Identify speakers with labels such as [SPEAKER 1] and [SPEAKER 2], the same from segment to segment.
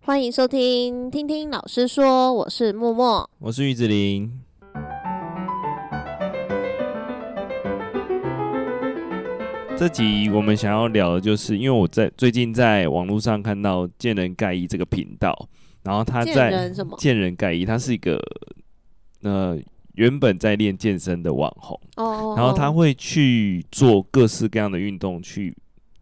[SPEAKER 1] 欢迎收听《听听老师说》，我是默默。
[SPEAKER 2] 我是玉子林。这集我们想要聊的就是，因为我在最近在网络上看到“见人盖伊”这个频道，然后他
[SPEAKER 1] 见
[SPEAKER 2] 在
[SPEAKER 1] 人什么
[SPEAKER 2] “见人盖伊”，他是一个呃原本在练健身的网红，
[SPEAKER 1] 哦哦，
[SPEAKER 2] 然后他
[SPEAKER 1] 哦
[SPEAKER 2] 会去做各式各样的运动，去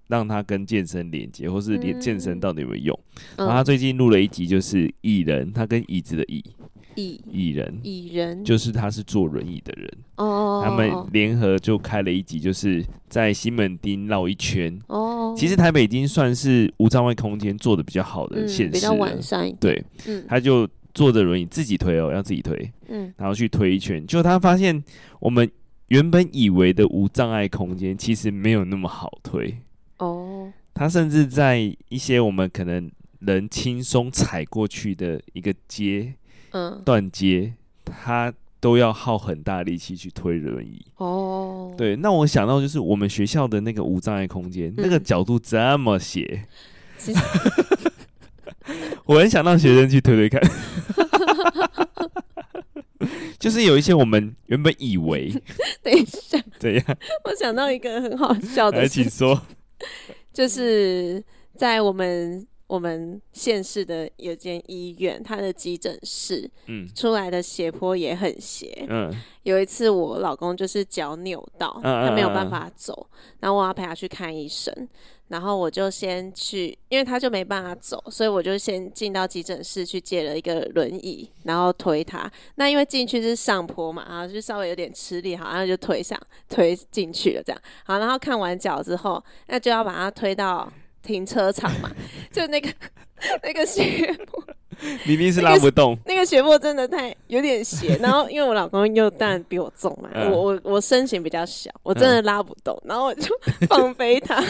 [SPEAKER 2] 让他跟健身连接，或是连健身
[SPEAKER 1] 嗯
[SPEAKER 2] 到底有没有用。然后他
[SPEAKER 1] 嗯，
[SPEAKER 2] 最近录了一集，就是蚁人，他跟椅子的蚁
[SPEAKER 1] 嗯蚁
[SPEAKER 2] 蚁人，
[SPEAKER 1] 蚁人
[SPEAKER 2] 就是他是坐轮椅的人，
[SPEAKER 1] 哦哦，
[SPEAKER 2] 他们
[SPEAKER 1] 哦
[SPEAKER 2] 联合就开了一集，就是在西门町绕一圈。
[SPEAKER 1] 哦，
[SPEAKER 2] 其实台北已经算是无障碍空间做的比较好的
[SPEAKER 1] 嗯
[SPEAKER 2] 县
[SPEAKER 1] 比
[SPEAKER 2] 市
[SPEAKER 1] 较
[SPEAKER 2] 了
[SPEAKER 1] 完，善一点，
[SPEAKER 2] 对，
[SPEAKER 1] 嗯
[SPEAKER 2] 他就坐着轮椅自己推哦，要自己推，
[SPEAKER 1] 嗯
[SPEAKER 2] 然后去推一圈，就他发现我们原本以为的无障碍空间其实没有那么好推，
[SPEAKER 1] 哦
[SPEAKER 2] 他甚至在一些我们可能人轻松踩过去的一个街
[SPEAKER 1] 嗯
[SPEAKER 2] 断街，他都要耗很大力气去推轮椅。
[SPEAKER 1] 哦，
[SPEAKER 2] 对，那我想到就是我们学校的那个无障碍空间，那个
[SPEAKER 1] 嗯
[SPEAKER 2] 角度这么斜，
[SPEAKER 1] 其实
[SPEAKER 2] 我很想让学生去推推看。 就是有一些我们原本以为
[SPEAKER 1] 等一下，
[SPEAKER 2] 怎样，
[SPEAKER 1] 我想到一个很好笑的
[SPEAKER 2] 来，
[SPEAKER 1] 事
[SPEAKER 2] 哎请，说。
[SPEAKER 1] 就是在我们。我们县市的有间医院，它的急诊室
[SPEAKER 2] 嗯
[SPEAKER 1] 出来的斜坡也很斜，
[SPEAKER 2] 嗯
[SPEAKER 1] 有一次我老公就是脚扭到，
[SPEAKER 2] 嗯嗯
[SPEAKER 1] 他没有
[SPEAKER 2] 嗯
[SPEAKER 1] 办
[SPEAKER 2] 嗯
[SPEAKER 1] 法走，然后我要陪他去看医生，然后我就先去，因为他就没办法走，所以我就先进到急诊室去借了一个轮椅，然后推他。那因为进去是上坡嘛，然后就稍微有点吃力，好，然后就推上推进去了这样。好，然后看完脚之后，那就要把他推到停车场嘛， 就那个那个 斜坡
[SPEAKER 2] 明明是
[SPEAKER 1] 那个
[SPEAKER 2] 拉
[SPEAKER 1] 是
[SPEAKER 2] 不动，
[SPEAKER 1] 那个斜坡真的太有点 斜，然后因为我老公又当然比我重嘛，
[SPEAKER 2] 嗯
[SPEAKER 1] 我我我身形比较小，我真的拉不动，然后我就 放飞他，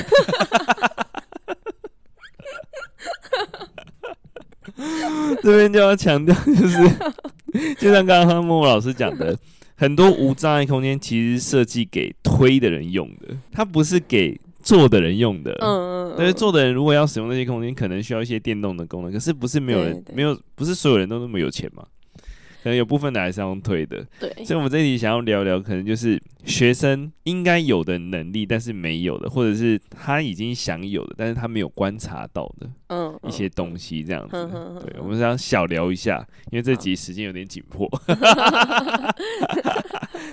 [SPEAKER 2] 这边就要强调，就是 就像刚刚莫老师讲的，很多无障碍空间其实是设计给推的人用的，它不是给坐的人用的。
[SPEAKER 1] 嗯，嗯
[SPEAKER 2] 但是坐的人如果要使用那些空间，可能需要一些电动的功能。可是不是没有人，
[SPEAKER 1] 对对
[SPEAKER 2] 没有不是所有人都那么有钱嘛？可能有部分的还是要用推的。
[SPEAKER 1] 对，
[SPEAKER 2] 所以，我们这一集想要聊聊，可能就是学生应该有的能力，但是没有的，或者是他已经享有的，但是他没有观察到的
[SPEAKER 1] 嗯，
[SPEAKER 2] 一些东西，这样子。
[SPEAKER 1] 嗯哼哼
[SPEAKER 2] 对，我们想小聊一下，因为这集时间有点紧 迫。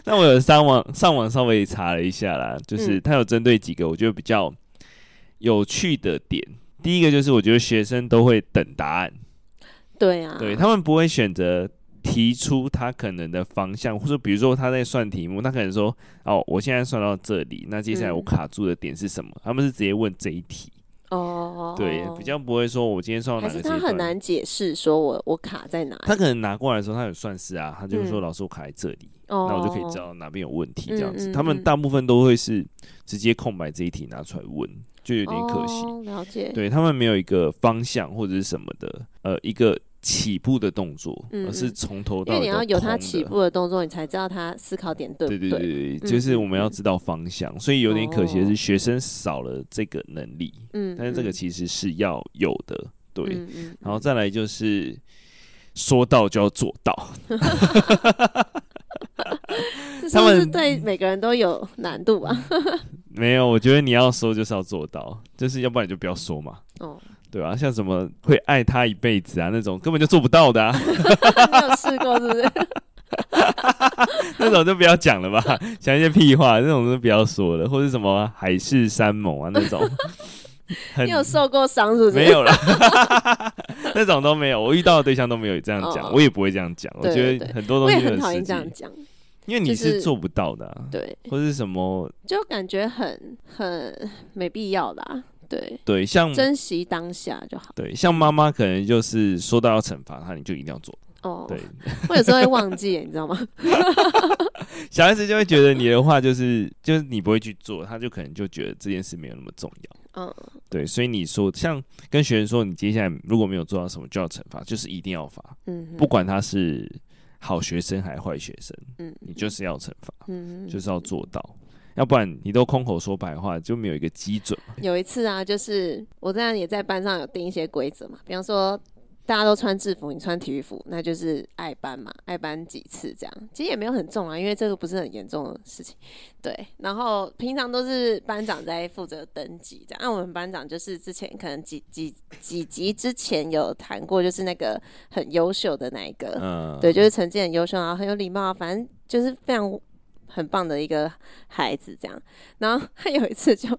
[SPEAKER 2] 那我有上网上网稍微查了一下啦，就是
[SPEAKER 1] 嗯
[SPEAKER 2] 它有针对几个我觉得比较有趣的点。第一个就是我觉得学生都会等答案，
[SPEAKER 1] 对啊，
[SPEAKER 2] 对他们不会选择提出他可能的方向，或者比如说他在算题目，他可能说哦，我现在算到这里，那接下来我
[SPEAKER 1] 嗯
[SPEAKER 2] 卡住的点是什么？他们是直接问这一题，
[SPEAKER 1] 哦，
[SPEAKER 2] 对，比较不会说我今天算到
[SPEAKER 1] 还
[SPEAKER 2] 哪个
[SPEAKER 1] 是
[SPEAKER 2] 阶
[SPEAKER 1] 他
[SPEAKER 2] 段。
[SPEAKER 1] 很难解释，说我我卡在哪
[SPEAKER 2] 他
[SPEAKER 1] 里，
[SPEAKER 2] 可能拿过来的时候，他有算式啊，他就会说：“老师，我卡在这里，
[SPEAKER 1] 嗯哦，
[SPEAKER 2] 那我就可以知道哪边有问题。”这样子，
[SPEAKER 1] 嗯嗯
[SPEAKER 2] 他们大部分都会是直接空白这一题拿出来问，就有
[SPEAKER 1] 有
[SPEAKER 2] 点可惜。
[SPEAKER 1] 了解，
[SPEAKER 2] 对他们没有一个方向或者是什么的，呃，一个起步的动作，
[SPEAKER 1] 嗯
[SPEAKER 2] 而是从头
[SPEAKER 1] 因
[SPEAKER 2] 到
[SPEAKER 1] 为
[SPEAKER 2] 尾
[SPEAKER 1] 你要
[SPEAKER 2] 都
[SPEAKER 1] 有他
[SPEAKER 2] 空
[SPEAKER 1] 起
[SPEAKER 2] 的
[SPEAKER 1] 步的动作，你才知道他思考点对不
[SPEAKER 2] 对对
[SPEAKER 1] 对？
[SPEAKER 2] 对对，
[SPEAKER 1] 嗯
[SPEAKER 2] 就是
[SPEAKER 1] 嗯
[SPEAKER 2] 我们要
[SPEAKER 1] 嗯
[SPEAKER 2] 知道方向，所以有点可惜的
[SPEAKER 1] 哦
[SPEAKER 2] 是学生少了这个能力，
[SPEAKER 1] 嗯，
[SPEAKER 2] 但是这个其实是要有的，对。
[SPEAKER 1] 嗯嗯嗯
[SPEAKER 2] 然后再来就是说到就要做到，
[SPEAKER 1] 这是
[SPEAKER 2] 他
[SPEAKER 1] 不是
[SPEAKER 2] 们
[SPEAKER 1] 对每个人都有难度啊吧？
[SPEAKER 2] 没有，我觉得你要说就是要做到，就是要不然你就不要说嘛，
[SPEAKER 1] 哦，
[SPEAKER 2] 对吧、像什么会爱他一辈子啊那种根本就做不到 的、啊，
[SPEAKER 1] 你有试过是不 是？
[SPEAKER 2] 那种就不要讲了吧，讲一些屁话，那种就不要说了，或是什么啊海誓山盟啊那种，很
[SPEAKER 1] 你有受过伤 是不是？
[SPEAKER 2] 没有啦， 那种都没有，我遇到的对象都没有这样讲，
[SPEAKER 1] 哦
[SPEAKER 2] 我也不会这样讲。我
[SPEAKER 1] 对
[SPEAKER 2] 觉
[SPEAKER 1] 对对
[SPEAKER 2] 得很
[SPEAKER 1] 我
[SPEAKER 2] 多东
[SPEAKER 1] 也
[SPEAKER 2] 西都
[SPEAKER 1] 很讨厌
[SPEAKER 2] 实际
[SPEAKER 1] 这样讲。
[SPEAKER 2] 因为你
[SPEAKER 1] 就是嗯
[SPEAKER 2] 是做不到的啊、
[SPEAKER 1] 对，
[SPEAKER 2] 或是什么
[SPEAKER 1] 就感觉很很没必要啦。对，
[SPEAKER 2] 对，像
[SPEAKER 1] 珍惜当下就好。
[SPEAKER 2] 对像妈妈可能就是说到要惩罚他，你就一定要做。
[SPEAKER 1] 哦
[SPEAKER 2] 对，，
[SPEAKER 1] 我有时候会忘记，你知道吗？
[SPEAKER 2] 小孩子就会觉得你的话就是就是你不会去做，他就可能就觉得这件事没有那么重要。
[SPEAKER 1] 嗯，
[SPEAKER 2] 对，所以你说像跟学生说，你接下来如果没有做到什么就要惩罚，就是一定要罚，
[SPEAKER 1] 嗯，
[SPEAKER 2] 不，管他是好学生还是坏学生，
[SPEAKER 1] 嗯
[SPEAKER 2] 你就是要惩罚。
[SPEAKER 1] 嗯，
[SPEAKER 2] 就是是要做到，要不然你都空口说白话，就没有一个基准嘛。
[SPEAKER 1] 有一次啊，就是我这样也在班上有定一些规则嘛，比方说。大家都穿制服，你穿体育服，那就是爱班嘛，爱班几次这样，其实也没有很重啊，因为这个不是很严重的事情。对，然后平常都是班长在负责登记这样，那、我们班长就是之前可能几几几集之前有谈过，就是那个很优秀的那一个，
[SPEAKER 2] 嗯，
[SPEAKER 1] 对，就是成绩很优秀，然后很有礼貌啊，反正就是非常很棒的一个孩子这样。然后他有一次就，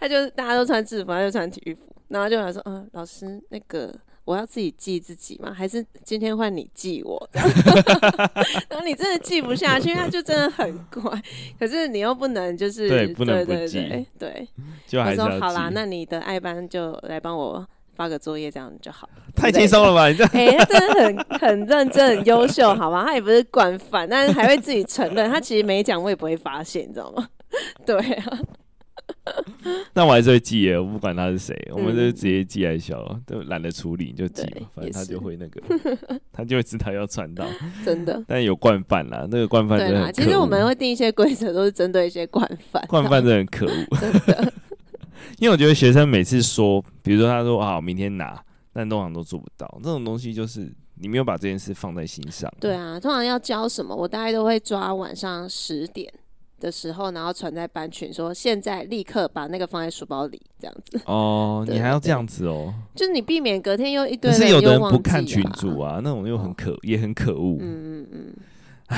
[SPEAKER 1] 他就大家都穿制服，他就穿体育服，然后就来说，嗯、老师那个。我要自己记自己吗？还是今天换你记我？这样 然后你真的记不下去，因为他就真的很乖，可是你又不能就是
[SPEAKER 2] 对不能
[SPEAKER 1] 对对
[SPEAKER 2] 不记
[SPEAKER 1] 对对。
[SPEAKER 2] 就还
[SPEAKER 1] 他
[SPEAKER 2] 是
[SPEAKER 1] 说
[SPEAKER 2] 要
[SPEAKER 1] 好啦，
[SPEAKER 2] 记
[SPEAKER 1] 那你的爱班就来帮我发个作业，这样就好。
[SPEAKER 2] 太轻松了吧？你这样
[SPEAKER 1] 哎、他真的很 很认真、很优秀，好吗？他也不是惯犯，但是还会自己承认。他其实没讲，我也不会发现，你知道吗？ 对啊，
[SPEAKER 2] 那我还是会记耶，我不管他是谁，我们就
[SPEAKER 1] 嗯
[SPEAKER 2] 直接记来笑，都懒得处理，你就记
[SPEAKER 1] 对
[SPEAKER 2] 嘛，反正
[SPEAKER 1] 也
[SPEAKER 2] 他
[SPEAKER 1] 是
[SPEAKER 2] 就会那个， 他就会知道要传到。
[SPEAKER 1] 真 的。
[SPEAKER 2] 但有惯犯啦，那个惯犯
[SPEAKER 1] 对
[SPEAKER 2] 真的
[SPEAKER 1] 啦，
[SPEAKER 2] 很
[SPEAKER 1] 其
[SPEAKER 2] 可
[SPEAKER 1] 实
[SPEAKER 2] 恶
[SPEAKER 1] 我们会定一些规则，都是针对一些惯犯。
[SPEAKER 2] 惯犯真的很可 恶， 因为我觉得学生每次说，比如说他说啊，明天拿，但通常都做不到，这种东西就是你没有把这件事放在心上。
[SPEAKER 1] 对啊，通常要教什么，我大概都会抓晚上十点的时候，然后传在班群说，现在立刻把那个放在书包里，这样子，
[SPEAKER 2] 哦，
[SPEAKER 1] 对
[SPEAKER 2] 你还要这样子哦。
[SPEAKER 1] 就是你避免隔天又一堆
[SPEAKER 2] 可是
[SPEAKER 1] 人
[SPEAKER 2] 有的
[SPEAKER 1] 又
[SPEAKER 2] 人
[SPEAKER 1] 忘
[SPEAKER 2] 不看
[SPEAKER 1] 记
[SPEAKER 2] 群
[SPEAKER 1] 啊
[SPEAKER 2] 主。啊，那种又很可，也很可恶。
[SPEAKER 1] 嗯嗯嗯。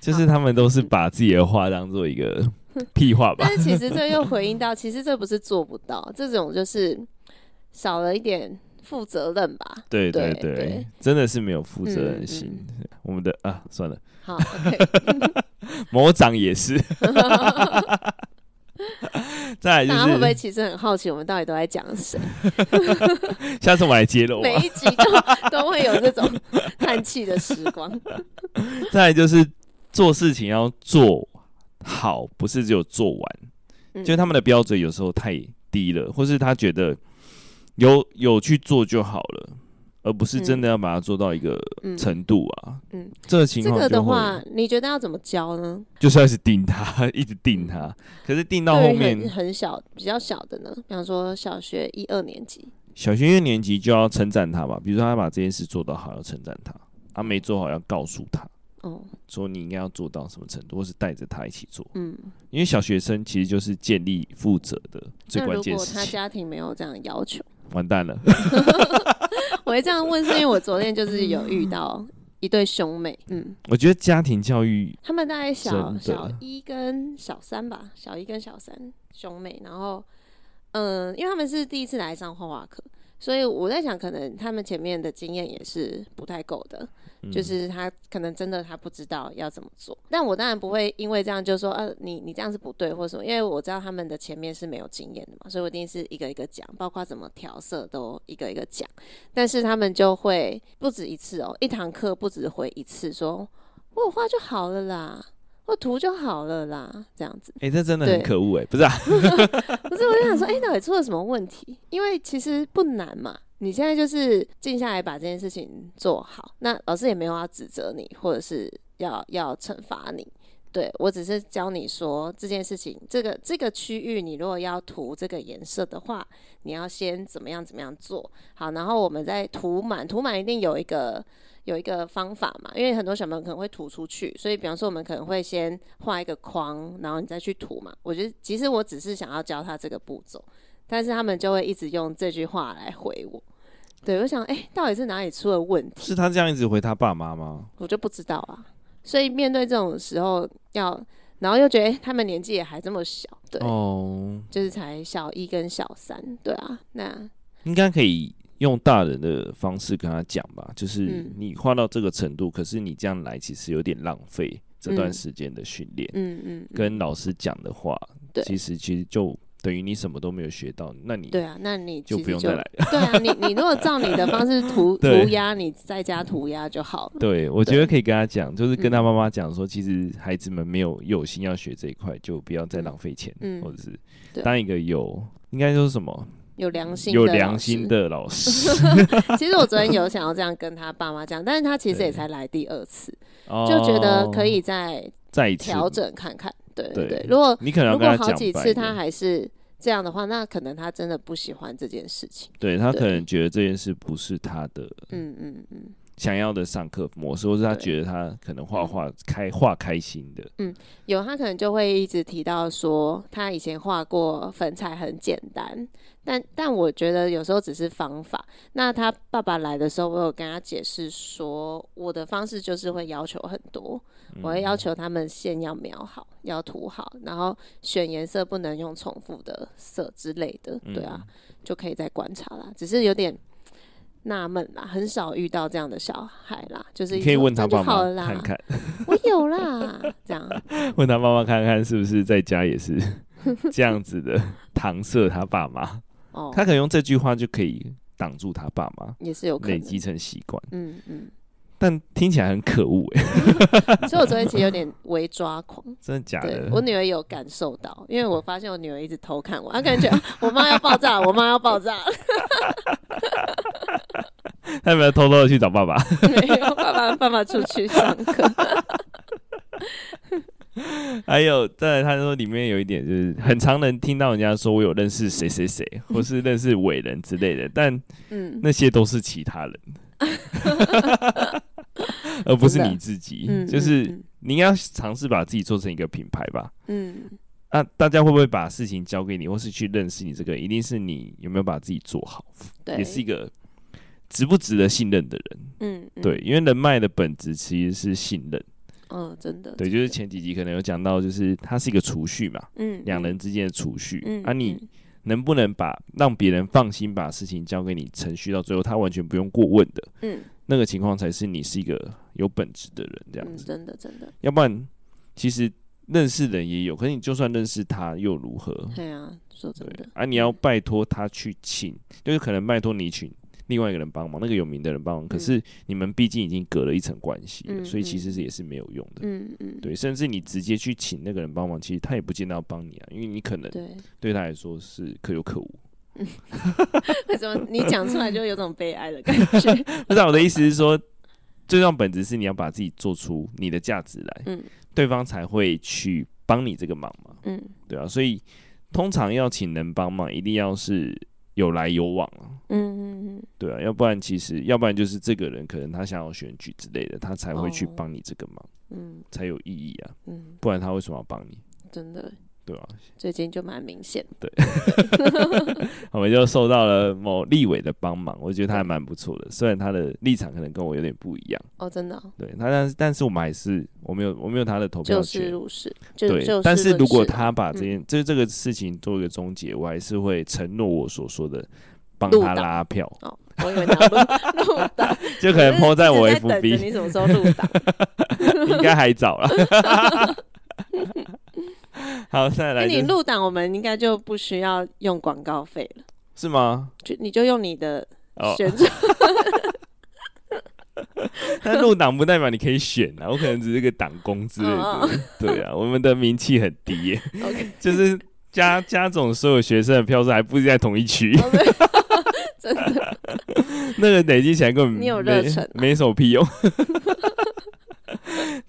[SPEAKER 2] 就是他们都是把自己的话当做一 个屁话吧
[SPEAKER 1] 但。是其实这又回应到，其实这不是做不到，这种就是少了一点负责任 吧。
[SPEAKER 2] 对
[SPEAKER 1] 对
[SPEAKER 2] 对，
[SPEAKER 1] 对
[SPEAKER 2] 真的是没有负责任心。
[SPEAKER 1] 嗯
[SPEAKER 2] 我们的啊，算了，
[SPEAKER 1] 好，OK，
[SPEAKER 2] 魔掌也是。 再来就
[SPEAKER 1] 大家会不会
[SPEAKER 2] 是，
[SPEAKER 1] 其实很好奇我们到底都在讲谁？
[SPEAKER 2] 下次我啊们来揭露
[SPEAKER 1] 每
[SPEAKER 2] 吧。
[SPEAKER 1] 一集都都会有这种叹气的时 光。
[SPEAKER 2] 再来就是做事情要做好，不是只有做完。
[SPEAKER 1] 嗯
[SPEAKER 2] 就是他们的标准有时候太低了，或是他觉得有有去做就好了，而不是真的要把它做到一个
[SPEAKER 1] 嗯
[SPEAKER 2] 程度啊。
[SPEAKER 1] 嗯嗯
[SPEAKER 2] 这个情
[SPEAKER 1] 这
[SPEAKER 2] 况
[SPEAKER 1] 个
[SPEAKER 2] 就
[SPEAKER 1] 的
[SPEAKER 2] 会
[SPEAKER 1] 话，你觉得要怎么教呢？
[SPEAKER 2] 就是要一直盯他， 一直盯他。可是盯到后
[SPEAKER 1] 对于
[SPEAKER 2] 面
[SPEAKER 1] 很，很小、比较小的呢，比方说小学一二年级，
[SPEAKER 2] 小学一年级就要称赞他吧，比如说他把这件事做到好，要称赞他；他、没做好，要告诉他
[SPEAKER 1] 哦，
[SPEAKER 2] 说你应该要做到什么程度，或是带着他一起做。
[SPEAKER 1] 嗯，
[SPEAKER 2] 因为小学生其实就是建立负责的最
[SPEAKER 1] 那
[SPEAKER 2] 关
[SPEAKER 1] 如
[SPEAKER 2] 键
[SPEAKER 1] 果
[SPEAKER 2] 事
[SPEAKER 1] 他
[SPEAKER 2] 情。
[SPEAKER 1] 家庭没有这样的要求，
[SPEAKER 2] 完蛋了，
[SPEAKER 1] 我会这样问，是因为我昨天就是有遇到一对兄妹，嗯，
[SPEAKER 2] 我觉得家庭教育
[SPEAKER 1] 他们大概小
[SPEAKER 2] 真的
[SPEAKER 1] 小一跟小三吧，小一跟小三兄妹。然后，嗯，因为他们是第一次来上画画课，所以我在想，可能他们前面的经验也是不太够的，
[SPEAKER 2] 嗯
[SPEAKER 1] 就是他可能真的他不知道要怎么做。但我当然不会因为这样就说，呃，你你这样是不对或什么，因为我知道他们的前面是没有经验的嘛，所以我一定是一个一个讲，包括怎么调色都一个一个讲。但是他们就会不止一次哦，一堂课不止回一次说我有画就好了啦，我有图就好了啦，这样子。
[SPEAKER 2] 哎、这真的很
[SPEAKER 1] 对
[SPEAKER 2] 可恶哎、不是啊，
[SPEAKER 1] 不是，我就想说，哎、到底出了什么问题？因为其实不难嘛，你现在就是静下来把这件事情做好，那老师也没有要指责你，或者是要要惩罚你。对我只是教你说这件事情，这个这个区域你如果要涂这个颜色的话，你要先怎么样怎么样做好，然后我们再涂满，涂满一定有一个有一个方法嘛，因为很多小朋友可能会涂出去，所以比方说我们可能会先画一个框，然后你再去涂嘛。我觉得其实我只是想要教他这个步骤，但是他们就会一直用这句话来回我。对，我想，哎、到底是哪里出了问题？
[SPEAKER 2] 是他这样一直回他爸妈吗？
[SPEAKER 1] 我就不知道啊。所以面对这种时候要，然后又觉得、哎诶他们年纪也还这么小，对，
[SPEAKER 2] 哦，
[SPEAKER 1] 就是才小一跟小三，对啊，那
[SPEAKER 2] 应该可以用大人的方式跟他讲吧，就是
[SPEAKER 1] 嗯
[SPEAKER 2] 你画到这个程度，可是你这样来其实有点浪费这段
[SPEAKER 1] 嗯
[SPEAKER 2] 时间的训练。
[SPEAKER 1] 嗯嗯，嗯
[SPEAKER 2] 跟老师讲的话，
[SPEAKER 1] 对
[SPEAKER 2] 其实其实就等于你什么都没有学到，那你
[SPEAKER 1] 对啊，那你
[SPEAKER 2] 就
[SPEAKER 1] 其
[SPEAKER 2] 不
[SPEAKER 1] 实
[SPEAKER 2] 用再来。
[SPEAKER 1] 对啊，你你如果照你的方式涂涂
[SPEAKER 2] 对
[SPEAKER 1] 鸦，你在家涂鸦就好了。
[SPEAKER 2] 对，我觉
[SPEAKER 1] 对
[SPEAKER 2] 得可以跟他讲，就是跟他
[SPEAKER 1] 嗯
[SPEAKER 2] 妈妈讲说，其实孩子们没有有心要学这一块，就不要再浪费钱，
[SPEAKER 1] 嗯
[SPEAKER 2] 或者是
[SPEAKER 1] 对
[SPEAKER 2] 当一个有应该就是什么
[SPEAKER 1] 有良心，
[SPEAKER 2] 有良心。的 老 师。
[SPEAKER 1] 其实我昨天有想要这样跟他爸妈讲，但是他其实也才来第二次，就
[SPEAKER 2] 就
[SPEAKER 1] 觉得可以再
[SPEAKER 2] 再一次
[SPEAKER 1] 调整看看。对对
[SPEAKER 2] 对
[SPEAKER 1] 对，如果
[SPEAKER 2] 你可能要
[SPEAKER 1] 如
[SPEAKER 2] 啊跟
[SPEAKER 1] 果
[SPEAKER 2] 他
[SPEAKER 1] 好
[SPEAKER 2] 讲
[SPEAKER 1] 几
[SPEAKER 2] 白
[SPEAKER 1] 次
[SPEAKER 2] 一
[SPEAKER 1] 他
[SPEAKER 2] 点
[SPEAKER 1] 还是这样的话，那可能他真的不喜欢这件事情。
[SPEAKER 2] 对他可
[SPEAKER 1] 对
[SPEAKER 2] 能觉得这件事不是他的
[SPEAKER 1] 嗯嗯嗯。
[SPEAKER 2] 想要的上课模式，或是他
[SPEAKER 1] 对
[SPEAKER 2] 觉得他可能画画开画开心的，
[SPEAKER 1] 有，他可能就会一直提到说，他以前画过粉彩很简单，但但我觉得有时候只是方法。那他爸爸来的时候，我有跟他解释说，我的方式就是会要求很多，
[SPEAKER 2] 嗯
[SPEAKER 1] 我会要求他们线要描好，要涂好，然后选颜色不能用重复的色之类的，
[SPEAKER 2] 嗯
[SPEAKER 1] 对啊，就可以再观察啦。只是有点纳闷啦，很少遇到这样的小孩啦，就是
[SPEAKER 2] 你可以
[SPEAKER 1] 说
[SPEAKER 2] 问他
[SPEAKER 1] 这
[SPEAKER 2] 爸
[SPEAKER 1] 样就好
[SPEAKER 2] 妈
[SPEAKER 1] 了啦，
[SPEAKER 2] 看看，
[SPEAKER 1] 我有啦，这样。
[SPEAKER 2] 问他爸妈看看是不是在家也是 这样子的 搪塞他爸妈，
[SPEAKER 1] 哦，
[SPEAKER 2] 他可能用这句话就可以挡住他爸妈，
[SPEAKER 1] 也是有可
[SPEAKER 2] 累
[SPEAKER 1] 能。
[SPEAKER 2] 积成习惯，
[SPEAKER 1] 嗯嗯，
[SPEAKER 2] 但听起来很可恶哎、
[SPEAKER 1] 所以我昨天其实有点微抓狂，
[SPEAKER 2] 真的假
[SPEAKER 1] 对
[SPEAKER 2] 的？
[SPEAKER 1] 我女儿有感受到，因为我发现我女儿一直偷看我，她感觉啊我妈要爆炸，我妈要爆炸，
[SPEAKER 2] 他有没有偷偷的去找爸爸？
[SPEAKER 1] 没有爸爸爸爸出去上课，
[SPEAKER 2] 还有，再来他说里面有一点就是很常能听到人家说我有认识谁 谁谁，或是认识伟人之类的，但
[SPEAKER 1] 嗯
[SPEAKER 2] 那些都是其 他人，而不是
[SPEAKER 1] 真的
[SPEAKER 2] 你自己。
[SPEAKER 1] 嗯，
[SPEAKER 2] 就是
[SPEAKER 1] 嗯
[SPEAKER 2] 你要尝试把自己做成一个品牌吧。
[SPEAKER 1] 嗯嗯
[SPEAKER 2] 那、大家会不会把事情交给你，或是去认识你这个人？一定是你有没有把自己做好，
[SPEAKER 1] 对，
[SPEAKER 2] 也是一个值不值得信任的人。
[SPEAKER 1] 嗯嗯
[SPEAKER 2] 对，因为人脉的本质其实是信任。
[SPEAKER 1] 嗯真的
[SPEAKER 2] 对，就是前几集可能有讲到，就是它是一个储蓄嘛，
[SPEAKER 1] 嗯
[SPEAKER 2] 两人之间的储蓄。
[SPEAKER 1] 嗯
[SPEAKER 2] 啊，你能不能把让别人放心把事情交给你，程序到最后他完全不用过问的
[SPEAKER 1] 嗯
[SPEAKER 2] 那个情况，才是你是一个有本质的人这样
[SPEAKER 1] 嗯
[SPEAKER 2] 子。
[SPEAKER 1] 真的真的
[SPEAKER 2] 要不然，其实认识人也有，可是你就算认识他又如何？
[SPEAKER 1] 对啊，说真的嗯
[SPEAKER 2] 对啊，你要拜托他去请，就是可能拜托你请另外一个人帮忙，那个有名的人帮忙。可是你们毕竟已经隔了一层关系了，
[SPEAKER 1] 嗯
[SPEAKER 2] 所以其实是也是没有用的。
[SPEAKER 1] 嗯嗯
[SPEAKER 2] 对，甚至你直接去请那个人帮忙，其实他也不见得要帮你啊，因为你可能
[SPEAKER 1] 对，
[SPEAKER 2] 对他来说是可有可无。
[SPEAKER 1] 为什么你讲出来就有种悲哀的感觉？
[SPEAKER 2] 不是啊我的意思是说，最重要的本质是你要把自己做出你的价值来，
[SPEAKER 1] 嗯
[SPEAKER 2] 对方才会去帮你这个忙嘛，
[SPEAKER 1] 嗯
[SPEAKER 2] 对啊，所以通常要请人帮忙，一定要是有来有往啊，
[SPEAKER 1] 嗯嗯嗯，
[SPEAKER 2] 对啊，要不然其实，要不然就是这个人可能他想要选举之类的，他才会去
[SPEAKER 1] 哦
[SPEAKER 2] 帮你这个忙，
[SPEAKER 1] 嗯
[SPEAKER 2] 才有意义啊，
[SPEAKER 1] 嗯，
[SPEAKER 2] 不然他为什么要帮你？
[SPEAKER 1] 真的
[SPEAKER 2] 对啊，
[SPEAKER 1] 最近就蛮明显的。
[SPEAKER 2] 我们就受到了某立委的帮忙，我觉得他还蛮不错的，虽然他的立场可能跟我有点不一样，
[SPEAKER 1] 哦，真的哦、
[SPEAKER 2] 对，他但是但是我们还是我没有我没有他的投票
[SPEAKER 1] 就
[SPEAKER 2] 权
[SPEAKER 1] 事，论事，就
[SPEAKER 2] 对，
[SPEAKER 1] 就事
[SPEAKER 2] 但是
[SPEAKER 1] 论嗯
[SPEAKER 2] 如果
[SPEAKER 1] 事
[SPEAKER 2] 他把这件、就这个事情做一个终结，我还是会承诺我所说的帮
[SPEAKER 1] 录
[SPEAKER 2] 他
[SPEAKER 1] 到
[SPEAKER 2] 拉票，
[SPEAKER 1] 哦，我以为你要录 录档，
[SPEAKER 2] 就可能
[SPEAKER 1] 我
[SPEAKER 2] 抛在我
[SPEAKER 1] 一直等着
[SPEAKER 2] FB，
[SPEAKER 1] 你什么时候录 档？
[SPEAKER 2] 应该还早了。好，再
[SPEAKER 1] 那
[SPEAKER 2] 来、
[SPEAKER 1] 哎你
[SPEAKER 2] 就是，
[SPEAKER 1] 录档，我们应该就不需要用广告费了，
[SPEAKER 2] 是吗？
[SPEAKER 1] 就你就用你的
[SPEAKER 2] 哦，
[SPEAKER 1] 宣传。
[SPEAKER 2] 但入党不代表你可以选啊，我可能只是个党工之类
[SPEAKER 1] 哦
[SPEAKER 2] 的。对啊，我们的名气很低耶，
[SPEAKER 1] OK，
[SPEAKER 2] 就是家家总所有学生的票数还不是在同一区，
[SPEAKER 1] 哦对 真 的，
[SPEAKER 2] 那个累积起来根本
[SPEAKER 1] 你嗯有
[SPEAKER 2] 没
[SPEAKER 1] 热忱啊
[SPEAKER 2] 没什么屁用。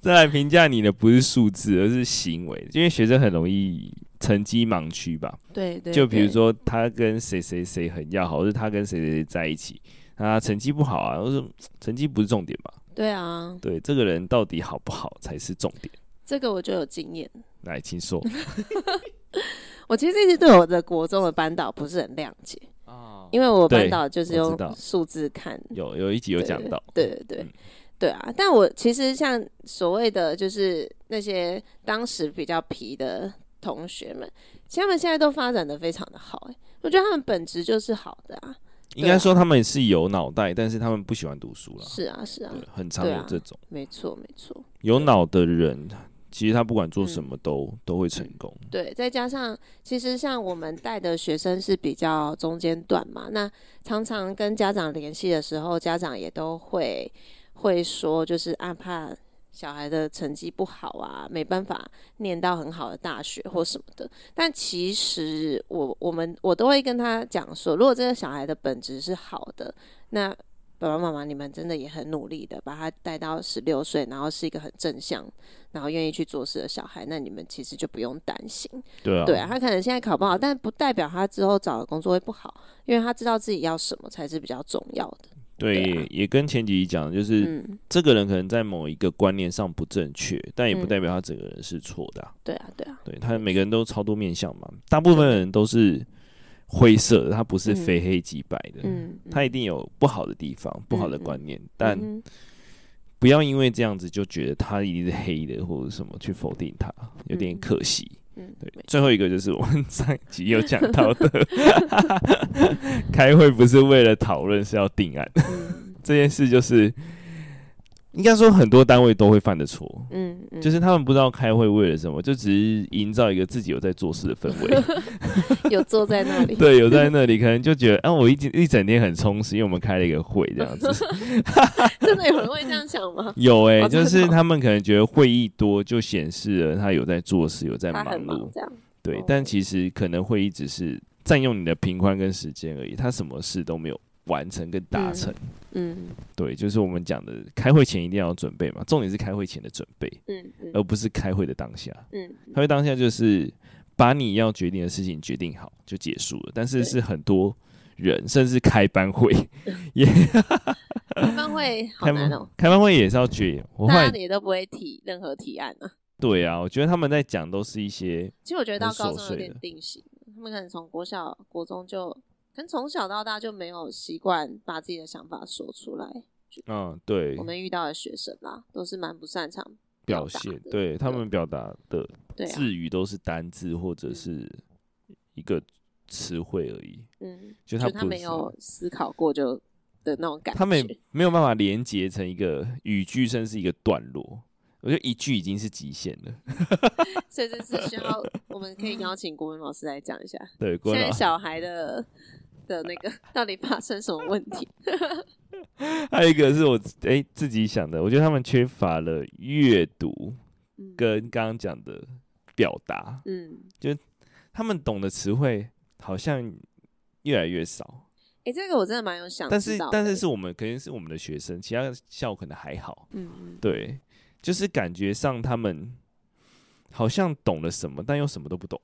[SPEAKER 2] 再来评价你的不是数字，而是行为，因为学生很容易成绩盲区吧。
[SPEAKER 1] 对对，
[SPEAKER 2] 就比如
[SPEAKER 1] 对，
[SPEAKER 2] 说他跟谁谁谁很要好，或是他跟谁谁谁在一起，那他成绩不好啊，或是成绩不是重点吧？
[SPEAKER 1] 对啊，
[SPEAKER 2] 对，这个人到底好不好才是重点。
[SPEAKER 1] 这个我就有经验。
[SPEAKER 2] 来，请说。
[SPEAKER 1] 我其实一直对我的国中的班导不是很谅解，
[SPEAKER 2] 哦，
[SPEAKER 1] 因为我班
[SPEAKER 2] 对
[SPEAKER 1] 导就是
[SPEAKER 2] 我知
[SPEAKER 1] 用
[SPEAKER 2] 道
[SPEAKER 1] 数字看
[SPEAKER 2] 有有一集有讲到，
[SPEAKER 1] 对对对
[SPEAKER 2] 嗯，
[SPEAKER 1] 对啊。但我其实像所谓的就是那些当时比较皮的同学们，其实他们现在都发展的非常的好、欸，我觉得他们本质就是好的啊。
[SPEAKER 2] 应该说他们是有脑袋，但是他们不喜欢读书啦。
[SPEAKER 1] 是啊，是啊，
[SPEAKER 2] 对，很常
[SPEAKER 1] 对
[SPEAKER 2] 有
[SPEAKER 1] 啊
[SPEAKER 2] 这种
[SPEAKER 1] 没错，没错。
[SPEAKER 2] 有脑的人，其实他不
[SPEAKER 1] 嗯
[SPEAKER 2] 管做什么都都会成功。
[SPEAKER 1] 对，再加上其实像我们带的学生是比较中间段嘛，那常常跟家长联系的时候，家长也都会会说，就是啊怕小孩的成绩不好啊，没办法念到很好的大学或什么的。但其实我我们我都会跟他讲说，如果这个小孩的本质是好的，那爸爸妈妈，你们真的也很努力的把他带到十六岁，然后是一个很正向，然后愿意去做事的小孩，那你们其实就不用担心。
[SPEAKER 2] 对啊，
[SPEAKER 1] 对啊，他可能现在考不好，但不代表他之后找的工作会不好，因为他知道自己要什么才是比较重要的。
[SPEAKER 2] 对
[SPEAKER 1] 对啊
[SPEAKER 2] 也跟前几集讲的，就是、
[SPEAKER 1] 嗯，
[SPEAKER 2] 这个人可能在某一个观念上不正确，但也不
[SPEAKER 1] 嗯
[SPEAKER 2] 代表他整个人是错的啊、
[SPEAKER 1] 对啊，对啊，
[SPEAKER 2] 对他每个人都超多面相嘛，大部分人都是灰色的，他不是
[SPEAKER 1] 嗯
[SPEAKER 2] 非黑即白的，
[SPEAKER 1] 嗯，嗯
[SPEAKER 2] 他一定有不好的地方、不好的观念，但
[SPEAKER 1] 嗯
[SPEAKER 2] 不要因为这样子就觉得他一定是黑的或者什么去否定他，有点
[SPEAKER 1] 嗯
[SPEAKER 2] 可惜。
[SPEAKER 1] 嗯，
[SPEAKER 2] 对
[SPEAKER 1] 没，
[SPEAKER 2] 最后一个就是我们 上一集有讲到的， 开会不是为了讨论，是要定案。
[SPEAKER 1] 嗯
[SPEAKER 2] 这件事就是，应该说很多单位都会犯的错，
[SPEAKER 1] 嗯，嗯
[SPEAKER 2] 就是他们不知道开会为了什么，就只是营造一个自己有在做事的氛围。
[SPEAKER 1] 有坐在那里，
[SPEAKER 2] 对，有在那里可能就觉得，啊，我一整一整天很充实，因为我们开了一个会这 样子。
[SPEAKER 1] 真的有人会这样想 吗？
[SPEAKER 2] 有诶、
[SPEAKER 1] 哦真
[SPEAKER 2] 就
[SPEAKER 1] 的
[SPEAKER 2] 是
[SPEAKER 1] 哦
[SPEAKER 2] 他们可能觉得会议多，就显示了他有在做事，有在
[SPEAKER 1] 他很
[SPEAKER 2] 碌
[SPEAKER 1] 忙，。这样，
[SPEAKER 2] 对
[SPEAKER 1] 哦，
[SPEAKER 2] 但其实可能会议只是占用你的频宽跟时间而已，他什么事都没有完成跟达
[SPEAKER 1] 嗯
[SPEAKER 2] 成。
[SPEAKER 1] 嗯
[SPEAKER 2] 对，就是我们讲的，开会前一定要有准备嘛，重点是开会前的准备，
[SPEAKER 1] 嗯嗯
[SPEAKER 2] 而不是开会的当下。
[SPEAKER 1] 嗯
[SPEAKER 2] 呃开会当下就是把你要决定的事情决定好就结束了，但是
[SPEAKER 1] 对
[SPEAKER 2] 是很多人甚至开 班会，
[SPEAKER 1] 嗯，班会好
[SPEAKER 2] 开
[SPEAKER 1] 难
[SPEAKER 2] 班
[SPEAKER 1] 哦、
[SPEAKER 2] 开班会也是要决。我后
[SPEAKER 1] 大
[SPEAKER 2] 来
[SPEAKER 1] 家也都不会提任何提案啊。
[SPEAKER 2] 对啊，我觉得他们在讲都是一些
[SPEAKER 1] 其实我觉得到高中
[SPEAKER 2] 很琐
[SPEAKER 1] 有
[SPEAKER 2] 碎
[SPEAKER 1] 点
[SPEAKER 2] 的
[SPEAKER 1] 定型，他们可能从国小、国中就，可能从小到大就没有习惯把自己的想法说出来。
[SPEAKER 2] 嗯对
[SPEAKER 1] 我们遇到的学生啦，都是蛮不擅长
[SPEAKER 2] 表
[SPEAKER 1] 达
[SPEAKER 2] 现，
[SPEAKER 1] 的
[SPEAKER 2] 对他们表达的
[SPEAKER 1] 对啊，
[SPEAKER 2] 字语都是单字或者
[SPEAKER 1] 嗯
[SPEAKER 2] 是一个词汇而已。
[SPEAKER 1] 嗯，
[SPEAKER 2] 就
[SPEAKER 1] 就
[SPEAKER 2] 他
[SPEAKER 1] 他
[SPEAKER 2] 不
[SPEAKER 1] 没
[SPEAKER 2] 是
[SPEAKER 1] 有思考过就的那种感觉。
[SPEAKER 2] 他们也没有办法连接成一个语句，甚至一个段落。我觉得一句已经是极限了。
[SPEAKER 1] 所以这是需要，我们可以邀请国文老师来讲一下，
[SPEAKER 2] 对，
[SPEAKER 1] 现
[SPEAKER 2] 郭
[SPEAKER 1] 在
[SPEAKER 2] 老师，
[SPEAKER 1] 小孩的的那个到底发生什么问题？
[SPEAKER 2] 还有一个是我哎、自己想的，我觉得他们缺乏了阅读
[SPEAKER 1] 嗯
[SPEAKER 2] 跟刚刚讲的表达，
[SPEAKER 1] 嗯，
[SPEAKER 2] 他们懂的词汇好像越来越少。
[SPEAKER 1] 哎、这个我真的蛮有想
[SPEAKER 2] 但
[SPEAKER 1] 嗯知
[SPEAKER 2] 是
[SPEAKER 1] 道的，
[SPEAKER 2] 但是是我们肯定是我们的学生，其他校可能还好。
[SPEAKER 1] 嗯嗯
[SPEAKER 2] 对，就是感觉上他们好像懂了什么，但又什么都不懂。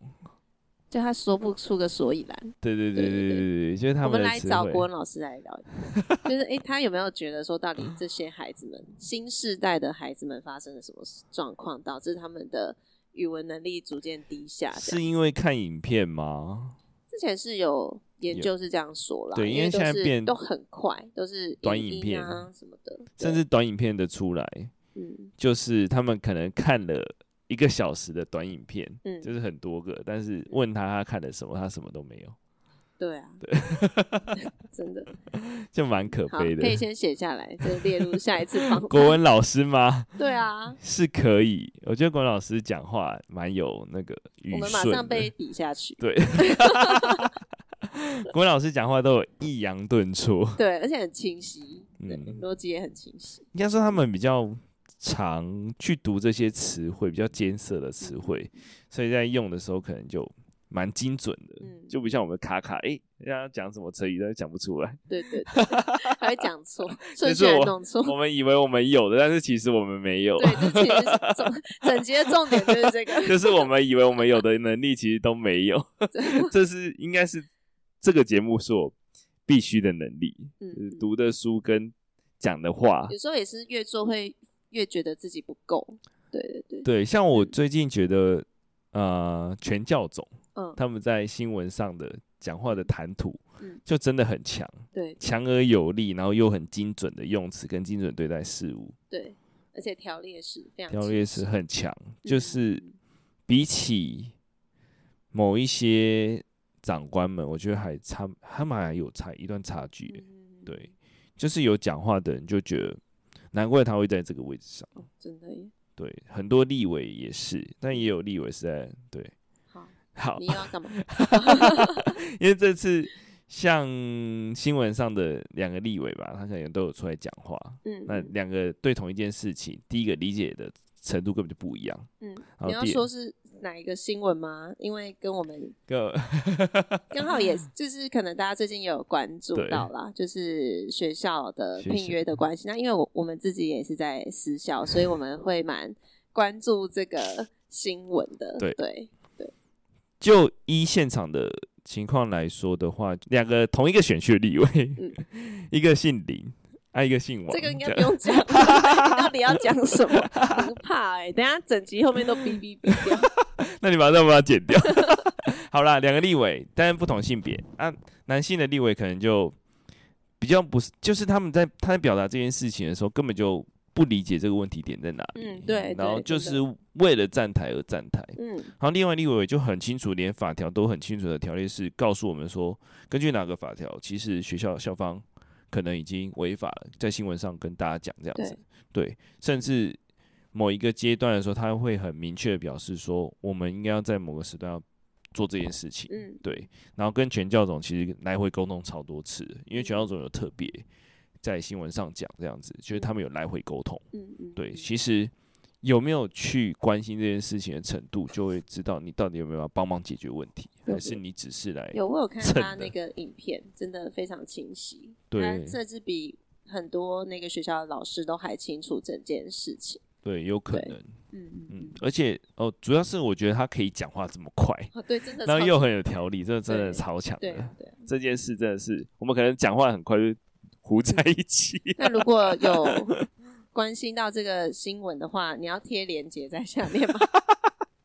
[SPEAKER 1] 就他说不出个所以然。
[SPEAKER 2] 对对
[SPEAKER 1] 对
[SPEAKER 2] 对
[SPEAKER 1] 对
[SPEAKER 2] 对对对，就是他
[SPEAKER 1] 我们
[SPEAKER 2] 的
[SPEAKER 1] 来
[SPEAKER 2] 词
[SPEAKER 1] 找
[SPEAKER 2] 汇
[SPEAKER 1] 国文老师来聊一 下，就是哎、诶他有没有觉得说，到底这些孩子们新世代的孩子们发生了什么状况，导致他们的语文能力逐渐低下？这
[SPEAKER 2] 是
[SPEAKER 1] 样
[SPEAKER 2] 因为看影片吗？
[SPEAKER 1] 之前是有研究是这样说啦，
[SPEAKER 2] 对
[SPEAKER 1] 因
[SPEAKER 2] 因为
[SPEAKER 1] 都
[SPEAKER 2] 现在
[SPEAKER 1] 是
[SPEAKER 2] 变
[SPEAKER 1] 都很快，都是影
[SPEAKER 2] 短影
[SPEAKER 1] 音
[SPEAKER 2] 片
[SPEAKER 1] 啊什么的，对
[SPEAKER 2] 甚至短影片的出来，
[SPEAKER 1] 嗯
[SPEAKER 2] 就是他们可能看了一个小时的短影片，
[SPEAKER 1] 嗯，
[SPEAKER 2] 就是很多个，但是问他他看了什么，他什么都没有，
[SPEAKER 1] 对啊，真 的
[SPEAKER 2] 就蛮可
[SPEAKER 1] 好，
[SPEAKER 2] 悲
[SPEAKER 1] 可以
[SPEAKER 2] 的。
[SPEAKER 1] 先写下来，这列入下一次访谈
[SPEAKER 2] 国文老师吗？
[SPEAKER 1] 对啊，
[SPEAKER 2] 是可以，我觉得国文老师讲话蛮有那个语
[SPEAKER 1] 我们
[SPEAKER 2] 顺的。
[SPEAKER 1] 马上被比下去。
[SPEAKER 2] 对， 国文老师讲话都有抑扬顿挫，
[SPEAKER 1] 对，而且很清晰，对
[SPEAKER 2] 嗯，
[SPEAKER 1] 逻辑也很清晰。
[SPEAKER 2] 应该说他们比较常去读这些词汇，比较艰涩的词汇，所以在用的时候可能就蛮精准的，
[SPEAKER 1] 嗯
[SPEAKER 2] 就不像我们卡卡，诶，人家讲什么成语都讲不 出来，
[SPEAKER 1] 对对对，还会讲错，顺
[SPEAKER 2] 是
[SPEAKER 1] 序还
[SPEAKER 2] 我
[SPEAKER 1] 弄错。
[SPEAKER 2] 我们以为我们有的，但是其实我们没有。
[SPEAKER 1] 对，这其实是重 整节的重点就是这个。
[SPEAKER 2] 就是我们以为我们有的能力，其实都没有。 这是应该是这个节目所必须的能力，
[SPEAKER 1] 嗯
[SPEAKER 2] 就是
[SPEAKER 1] 嗯
[SPEAKER 2] 读的书跟讲的话。
[SPEAKER 1] 有时候也是越做会越觉得自己不够。对对对，
[SPEAKER 2] 对，像我
[SPEAKER 1] 嗯
[SPEAKER 2] 最近觉得，呃，全教总
[SPEAKER 1] 嗯
[SPEAKER 2] 他们在新闻上的讲话的谈吐
[SPEAKER 1] 嗯，
[SPEAKER 2] 就真的很强，
[SPEAKER 1] 对
[SPEAKER 2] 强而有力，然后又很精准的用词跟精准对待事物，
[SPEAKER 1] 对，而且条列式非常
[SPEAKER 2] 条
[SPEAKER 1] 清
[SPEAKER 2] 列式
[SPEAKER 1] 晰，
[SPEAKER 2] 很强。
[SPEAKER 1] 嗯
[SPEAKER 2] 就是比起某一些长官们，我觉得还差，他们还有差一段差距耶。
[SPEAKER 1] 嗯
[SPEAKER 2] 对，就是有讲话的人就觉得，难怪他会在这个位置上。
[SPEAKER 1] 哦真的耶。
[SPEAKER 2] 对，很多立委也是，但也有立委是在对。
[SPEAKER 1] 好，
[SPEAKER 2] 好
[SPEAKER 1] 你，又要干嘛？
[SPEAKER 2] 因为这次像新闻上的两个立委吧，他可能都有出来讲话。
[SPEAKER 1] 嗯，
[SPEAKER 2] 那
[SPEAKER 1] 嗯
[SPEAKER 2] 两个对同一件事情，第一个理解的程度根本就不一样。
[SPEAKER 1] 嗯，
[SPEAKER 2] 然
[SPEAKER 1] 你
[SPEAKER 2] 后
[SPEAKER 1] 要
[SPEAKER 2] 第
[SPEAKER 1] 说是哪一个新闻吗？因为跟我们
[SPEAKER 2] 个
[SPEAKER 1] 刚好也就是可能大家最近也有关注
[SPEAKER 2] 对
[SPEAKER 1] 到啦，就是学校的
[SPEAKER 2] 学
[SPEAKER 1] 聘
[SPEAKER 2] 校
[SPEAKER 1] 约的关系。那因为我我们自己也是在私校，所以我们会蛮关注这个新闻的。
[SPEAKER 2] 对
[SPEAKER 1] 对，
[SPEAKER 2] 就依现场的情况来说的话，两个同一个选区的立委， 一个姓林，啊，一个姓王，
[SPEAKER 1] 嗯这个应该
[SPEAKER 2] 样
[SPEAKER 1] 不用讲， 你到底要讲什么？不怕哎、等一下整集后面都哔哔哔掉。
[SPEAKER 2] 那你把它把它剪掉。 好啦，两个立委，但是不同性别啊，男性的立委可能就比较不是，就是他们在他在表达这件事情的时候，根本就不理解这个问题点在哪里。
[SPEAKER 1] 嗯对
[SPEAKER 2] 然后
[SPEAKER 1] 对
[SPEAKER 2] 就
[SPEAKER 1] 真
[SPEAKER 2] 是为了站台而站台。
[SPEAKER 1] 嗯，
[SPEAKER 2] 然后另外立委就很清楚，连法条都很清楚的条例是告诉我们说，根据哪个法条，其实学校校方可能已经违法了，在新闻上跟大家讲这样子，对，甚至某一个阶段的时候，他会很明确的表示说，我们应该要在某个时段要做这件事情，
[SPEAKER 1] 嗯
[SPEAKER 2] 对，然后跟全教总其实来回沟通超多次的，因为全教总有特别在新闻上讲这样子，就是他们有来回沟通。
[SPEAKER 1] 嗯嗯，
[SPEAKER 2] 对，
[SPEAKER 1] 嗯
[SPEAKER 2] 其实有没有去关心这件事情的程度，就会知道你到底有没有要帮忙解决问题，还是你只是来
[SPEAKER 1] 有，我有看
[SPEAKER 2] 蹭
[SPEAKER 1] 他
[SPEAKER 2] 的
[SPEAKER 1] 那个影片，真的非常清晰。
[SPEAKER 2] 对
[SPEAKER 1] 他甚至比很多那个学校的老师都还清楚整件事情。
[SPEAKER 2] 对，有可
[SPEAKER 1] 对
[SPEAKER 2] 能，
[SPEAKER 1] 嗯嗯
[SPEAKER 2] 嗯，而且哦，主要是我觉得他可以讲话这么快，
[SPEAKER 1] 哦，对，真的超
[SPEAKER 2] 然
[SPEAKER 1] 级，
[SPEAKER 2] 后又很有条理，这真
[SPEAKER 1] 对
[SPEAKER 2] 的超强
[SPEAKER 1] 对
[SPEAKER 2] 的。
[SPEAKER 1] 对。
[SPEAKER 2] 这件事真的是，我们可能讲话很快就糊在
[SPEAKER 1] 嗯
[SPEAKER 2] 一起，
[SPEAKER 1] 那如果有关心到这个新闻的话，你要贴链接在下面吗？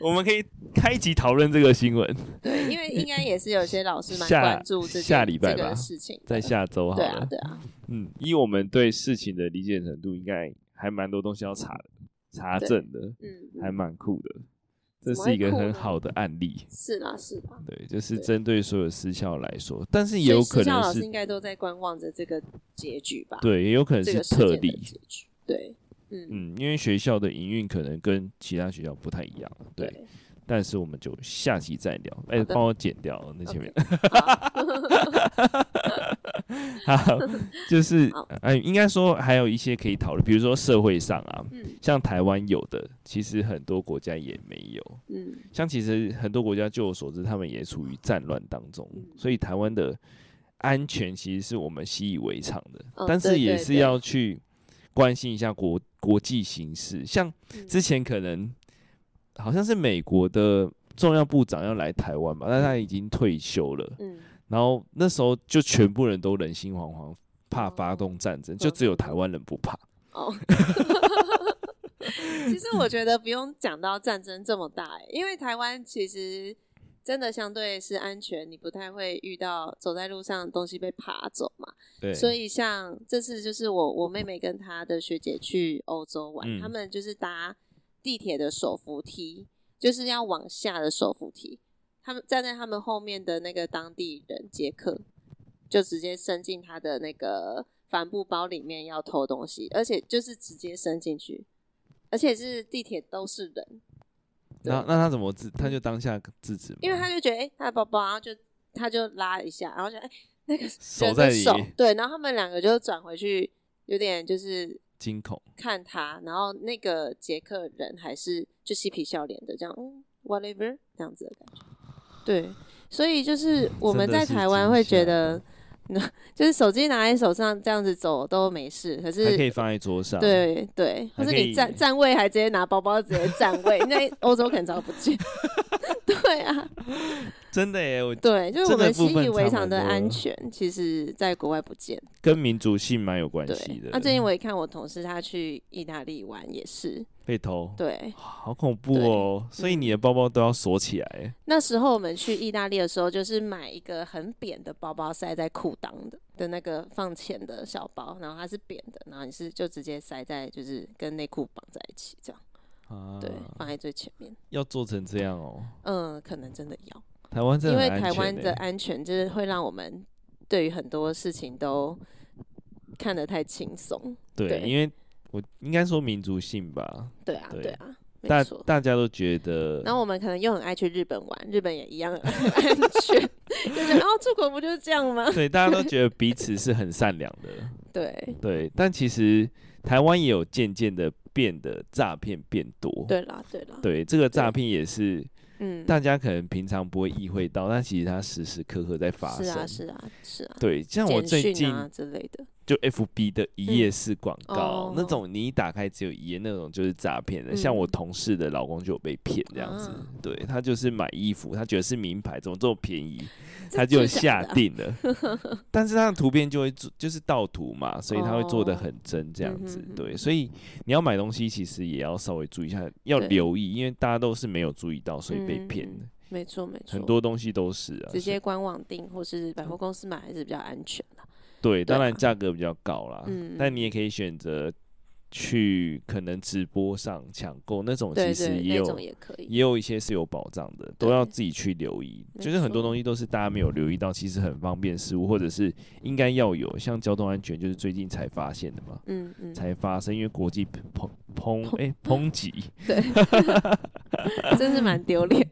[SPEAKER 2] 我们可以开一集讨论这个新闻，
[SPEAKER 1] 对，因为应该也是有些老师蛮
[SPEAKER 2] 下
[SPEAKER 1] 关注这件
[SPEAKER 2] 下礼拜
[SPEAKER 1] 这个
[SPEAKER 2] 吧
[SPEAKER 1] 事情的，
[SPEAKER 2] 在下周好
[SPEAKER 1] 对啊
[SPEAKER 2] 了。
[SPEAKER 1] 对啊，
[SPEAKER 2] 嗯，以我们对事情的理解程度，应该还蛮多东西要查的、查
[SPEAKER 1] 对
[SPEAKER 2] 证的。
[SPEAKER 1] 嗯，
[SPEAKER 2] 还
[SPEAKER 1] 嗯
[SPEAKER 2] 蛮酷的，这
[SPEAKER 1] 怎么
[SPEAKER 2] 是
[SPEAKER 1] 会
[SPEAKER 2] 一个
[SPEAKER 1] 酷
[SPEAKER 2] 很
[SPEAKER 1] 呢
[SPEAKER 2] 好的案例。
[SPEAKER 1] 是啦是啦。
[SPEAKER 2] 对，就是
[SPEAKER 1] 对
[SPEAKER 2] 针对所有私校来说，但是也
[SPEAKER 1] 所以
[SPEAKER 2] 有
[SPEAKER 1] 私
[SPEAKER 2] 可
[SPEAKER 1] 校
[SPEAKER 2] 能
[SPEAKER 1] 老师
[SPEAKER 2] 是
[SPEAKER 1] 应该都在观望着这个结局吧？，
[SPEAKER 2] 对，也有可能
[SPEAKER 1] 这
[SPEAKER 2] 是
[SPEAKER 1] 个事
[SPEAKER 2] 特
[SPEAKER 1] 件的
[SPEAKER 2] 例。
[SPEAKER 1] 结局。对，嗯，
[SPEAKER 2] 嗯，因为学校的营运可能跟其他学校不太一样，对。
[SPEAKER 1] 对。
[SPEAKER 2] 但是我们就下集再聊，哎、
[SPEAKER 1] 好的
[SPEAKER 2] 帮我剪掉那前面。 好，就是
[SPEAKER 1] 好
[SPEAKER 2] 哎，应该说还有一些可以讨论，比如说社会上啊，
[SPEAKER 1] 嗯
[SPEAKER 2] 像台湾有的，其实很多国家也没有。
[SPEAKER 1] 嗯
[SPEAKER 2] 像其实很多国家，就我所知，他们也处于战乱当中
[SPEAKER 1] 嗯，
[SPEAKER 2] 所以台湾的安全其实是我们习以为常的，
[SPEAKER 1] 嗯
[SPEAKER 2] 但是
[SPEAKER 1] 对
[SPEAKER 2] 也
[SPEAKER 1] 对
[SPEAKER 2] 是
[SPEAKER 1] 对
[SPEAKER 2] 要去关心一下国国际形势。像
[SPEAKER 1] 嗯
[SPEAKER 2] 之前可能好像是美国的重要部长要来台湾吧，但他已经退休了，
[SPEAKER 1] 嗯，
[SPEAKER 2] 然后那时候就全部人都人心惶惶，怕
[SPEAKER 1] 哦
[SPEAKER 2] 发动战争，就只有台湾人不怕。
[SPEAKER 1] 哦。其实我觉得不用讲到战争这么大、欸，因为台湾其实真的相对是安全，你不太会遇到走在路上东西被爬走嘛。
[SPEAKER 2] 对，
[SPEAKER 1] 所以像这次就是我我妹妹跟她的学姐去欧洲玩，
[SPEAKER 2] 嗯
[SPEAKER 1] 他们就是搭地铁的手扶梯，就是要往下的手扶梯。他们站在他们后面的那个当地人捷克，就直接伸进他的那个帆布包里面要偷东西，而且就是直接伸进去，而且是地铁都是人，
[SPEAKER 2] 那那他怎么制？他就当下制止吗，
[SPEAKER 1] 因为他就觉得哎、诶他的包包，然后就他就拉一下，然后就哎、诶那个
[SPEAKER 2] 手
[SPEAKER 1] 人
[SPEAKER 2] 在
[SPEAKER 1] 的
[SPEAKER 2] 里
[SPEAKER 1] 手对，然后他们两个就转回去，有点就是
[SPEAKER 2] 惊恐。
[SPEAKER 1] 看他，然后那个捷克人还是就嬉皮笑脸的这样，嗯，whatever 这样子的感觉。对，所以就是我们在台湾会觉得， 就是手机拿在手上这样子走都没事，可
[SPEAKER 2] 还可
[SPEAKER 1] 是
[SPEAKER 2] 以放在桌上。，
[SPEAKER 1] 对对，或
[SPEAKER 2] 还
[SPEAKER 1] 是
[SPEAKER 2] 可以
[SPEAKER 1] 你站站位还直接拿包包直接站位，那欧洲可能找不见。 对啊，
[SPEAKER 2] 真的耶，我
[SPEAKER 1] 对，就是我们
[SPEAKER 2] 这个
[SPEAKER 1] 习
[SPEAKER 2] 部分
[SPEAKER 1] 以为常的
[SPEAKER 2] 差蛮多
[SPEAKER 1] 安全，其实在国外不见。
[SPEAKER 2] 跟民族性蛮有关系
[SPEAKER 1] 对，啊
[SPEAKER 2] 的。
[SPEAKER 1] 那、最近我也看我同事他去意大利玩，也是
[SPEAKER 2] 被偷，
[SPEAKER 1] 对。
[SPEAKER 2] 好恐怖哦！所以你的包包都要锁起来。
[SPEAKER 1] 那时候我们去意大利的时候，就是买一个很扁的包包塞在裤裆的的那个放钱的小包，然后它是扁的，然后你是就直接塞在就是跟内裤绑在一起这样，
[SPEAKER 2] 啊
[SPEAKER 1] 嗯对，放在最前面。
[SPEAKER 2] 要做成这样哦。
[SPEAKER 1] 嗯，可能真的要，
[SPEAKER 2] 台湾真
[SPEAKER 1] 因
[SPEAKER 2] 的
[SPEAKER 1] 为
[SPEAKER 2] 很安
[SPEAKER 1] 台
[SPEAKER 2] 全欸
[SPEAKER 1] 湾的
[SPEAKER 2] 耶
[SPEAKER 1] 安全就是会让我们对于很多事情都看得太轻松。
[SPEAKER 2] 对，
[SPEAKER 1] 对
[SPEAKER 2] 因为我应该说民族性吧，
[SPEAKER 1] 对啊，
[SPEAKER 2] 对
[SPEAKER 1] 对啊，没
[SPEAKER 2] 大
[SPEAKER 1] 错。
[SPEAKER 2] 大家都觉得
[SPEAKER 1] 然后我们可能又很爱去日本玩，日本也一样很 安全， 就觉得哦，出国不就是这样吗？
[SPEAKER 2] 对，大家都觉得彼此是很善良的，
[SPEAKER 1] 对，
[SPEAKER 2] 对。但其实台湾也有渐渐的变得诈骗变多，
[SPEAKER 1] 对啦，对啦，
[SPEAKER 2] 对，这个诈骗也是
[SPEAKER 1] 嗯，
[SPEAKER 2] 大家可能平常不会意会到，但其实它时时刻刻在发
[SPEAKER 1] 是
[SPEAKER 2] 生。
[SPEAKER 1] 啊，是啊，是啊，
[SPEAKER 2] 对，像我
[SPEAKER 1] 简
[SPEAKER 2] 最
[SPEAKER 1] 讯
[SPEAKER 2] 近
[SPEAKER 1] 啊之类的，
[SPEAKER 2] 就 FB 的一页式广告、
[SPEAKER 1] 哦
[SPEAKER 2] 那种，你一打开只有一页那种就是诈骗的、
[SPEAKER 1] 嗯
[SPEAKER 2] 像我同事的老公就有被骗这样子，
[SPEAKER 1] 啊
[SPEAKER 2] 对他就是买衣服，他觉得是名牌，怎么这么便宜，
[SPEAKER 1] 这
[SPEAKER 2] 他就
[SPEAKER 1] 真假
[SPEAKER 2] 下
[SPEAKER 1] 的啊
[SPEAKER 2] 定了。但是他的图片就会做就是盗图嘛，所以他会做的
[SPEAKER 1] 哦
[SPEAKER 2] 很真这样子、
[SPEAKER 1] 嗯哼哼
[SPEAKER 2] 对，所以你要买东西其实也要稍微注意一下，要
[SPEAKER 1] 对
[SPEAKER 2] 留意，因为大家都是没有注意到，所以被
[SPEAKER 1] 嗯
[SPEAKER 2] 骗
[SPEAKER 1] 嗯
[SPEAKER 2] 的、
[SPEAKER 1] 没错没错，
[SPEAKER 2] 很多东西都是啊，
[SPEAKER 1] 直
[SPEAKER 2] 所以
[SPEAKER 1] 接官网订或是百货公司买还是比较安全的。
[SPEAKER 2] 对，当
[SPEAKER 1] 对啊
[SPEAKER 2] 然价格比较高啦，
[SPEAKER 1] 嗯
[SPEAKER 2] 但你也可以选择去可能直播上抢购那种，
[SPEAKER 1] 对
[SPEAKER 2] 其实
[SPEAKER 1] 对，
[SPEAKER 2] 也
[SPEAKER 1] 那
[SPEAKER 2] 有
[SPEAKER 1] 种也可以。
[SPEAKER 2] 也有一些是有保障的，
[SPEAKER 1] 对
[SPEAKER 2] 都要自己去留意。
[SPEAKER 1] 没
[SPEAKER 2] 就是很多
[SPEAKER 1] 错
[SPEAKER 2] 东西都是大家没有留意到，其实很方便事物，或者是应该要有，像交通安全就是最近才发现的嘛，
[SPEAKER 1] 嗯嗯，
[SPEAKER 2] 才发生，因为国际抨抨哎抨击
[SPEAKER 1] 真是蛮丢 脸。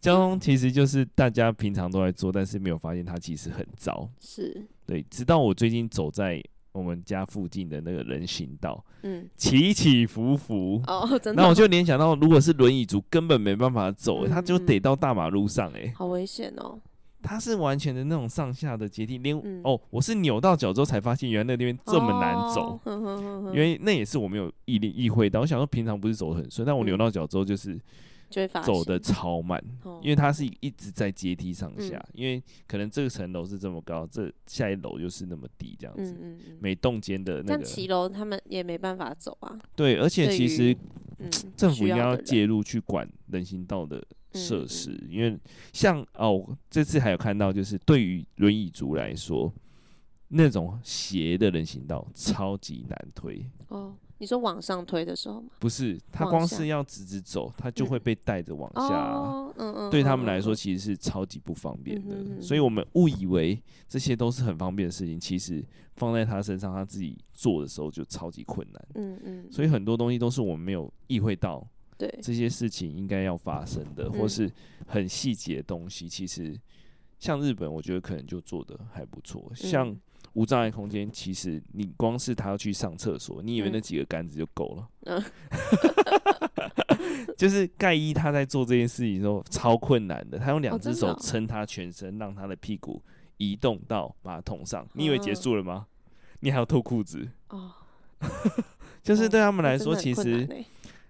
[SPEAKER 2] 交通其实就是大家平常都在做，但是没有发现它其实很糟。
[SPEAKER 1] 是，
[SPEAKER 2] 对，直到我最近走在我们家附近的那个人行道，
[SPEAKER 1] 嗯，
[SPEAKER 2] 起起伏伏。
[SPEAKER 1] 哦，真的
[SPEAKER 2] 那
[SPEAKER 1] 哦
[SPEAKER 2] 我就联想到，如果是轮椅族，根本没办法走、欸，
[SPEAKER 1] 嗯
[SPEAKER 2] 他就
[SPEAKER 1] 嗯
[SPEAKER 2] 得到大马路上、欸，
[SPEAKER 1] 好危险哦。
[SPEAKER 2] 它是完全的那种上下的阶梯，连、
[SPEAKER 1] 嗯
[SPEAKER 2] 哦，我是扭到脚之后才发现，原来那个地方这么难走
[SPEAKER 1] 哦，。哼哼哼哼
[SPEAKER 2] 因为那也是我没有意力意会到，我想说平常不是走得很顺，但我
[SPEAKER 1] 嗯
[SPEAKER 2] 扭到脚之后就是
[SPEAKER 1] 就会发
[SPEAKER 2] 走
[SPEAKER 1] 现
[SPEAKER 2] 的超慢，
[SPEAKER 1] 哦
[SPEAKER 2] 因为它是一直在阶梯上下，
[SPEAKER 1] 嗯
[SPEAKER 2] 因为可能这层楼是这么高，这下一楼又是那么低，这样子，
[SPEAKER 1] 嗯嗯嗯，
[SPEAKER 2] 每栋间的那
[SPEAKER 1] 但
[SPEAKER 2] 个
[SPEAKER 1] 骑楼他们也没办法走啊。
[SPEAKER 2] 对，而且
[SPEAKER 1] 对
[SPEAKER 2] 其
[SPEAKER 1] 于
[SPEAKER 2] 实
[SPEAKER 1] 嗯，
[SPEAKER 2] 政府
[SPEAKER 1] 需
[SPEAKER 2] 应该
[SPEAKER 1] 要
[SPEAKER 2] 要
[SPEAKER 1] 的人嗯
[SPEAKER 2] 介入去管人行道的设施，因为像哦，这次还有看到，就是对于轮椅族来说，那种斜的人行道超级难推，
[SPEAKER 1] 哦。你说往上推的时候吗？
[SPEAKER 2] 不是他
[SPEAKER 1] 往
[SPEAKER 2] 光
[SPEAKER 1] 下
[SPEAKER 2] 是要直直走，他就
[SPEAKER 1] 嗯
[SPEAKER 2] 会被带着往下啊、
[SPEAKER 1] 哦，嗯嗯，
[SPEAKER 2] 对
[SPEAKER 1] 嗯
[SPEAKER 2] 他们
[SPEAKER 1] 嗯
[SPEAKER 2] 来
[SPEAKER 1] 嗯
[SPEAKER 2] 说，其实是超级不方便的，
[SPEAKER 1] 嗯哼嗯哼
[SPEAKER 2] 所以我们误以为这些都是很方便的事情，其实放在他身上，他自己做的时候就超级困难。
[SPEAKER 1] 嗯嗯，
[SPEAKER 2] 所以很多东西都是我们没有意会到，
[SPEAKER 1] 对，
[SPEAKER 2] 这些事情应该要发生的，或
[SPEAKER 1] 嗯
[SPEAKER 2] 是很细节的东西，其实像日本，我觉得可能就做的还不错。像
[SPEAKER 1] 嗯
[SPEAKER 2] 无障碍空间，其实你光是他要去上厕所，你以为那
[SPEAKER 1] 嗯
[SPEAKER 2] 几个杆子就够了？
[SPEAKER 1] 嗯
[SPEAKER 2] 就是盖伊他在做这件事情的时候超困难的，他用两
[SPEAKER 1] 哦
[SPEAKER 2] 只
[SPEAKER 1] 真的
[SPEAKER 2] 手
[SPEAKER 1] 哦
[SPEAKER 2] 撑他全身，让他的屁股移动到马桶上。你以为结
[SPEAKER 1] 啊
[SPEAKER 2] 束了吗？你还要脱裤子，
[SPEAKER 1] 哦，
[SPEAKER 2] 就是
[SPEAKER 1] 哦
[SPEAKER 2] 对他们
[SPEAKER 1] 那
[SPEAKER 2] 来
[SPEAKER 1] 真
[SPEAKER 2] 说，
[SPEAKER 1] 的很
[SPEAKER 2] 其
[SPEAKER 1] 困难
[SPEAKER 2] 实
[SPEAKER 1] 欸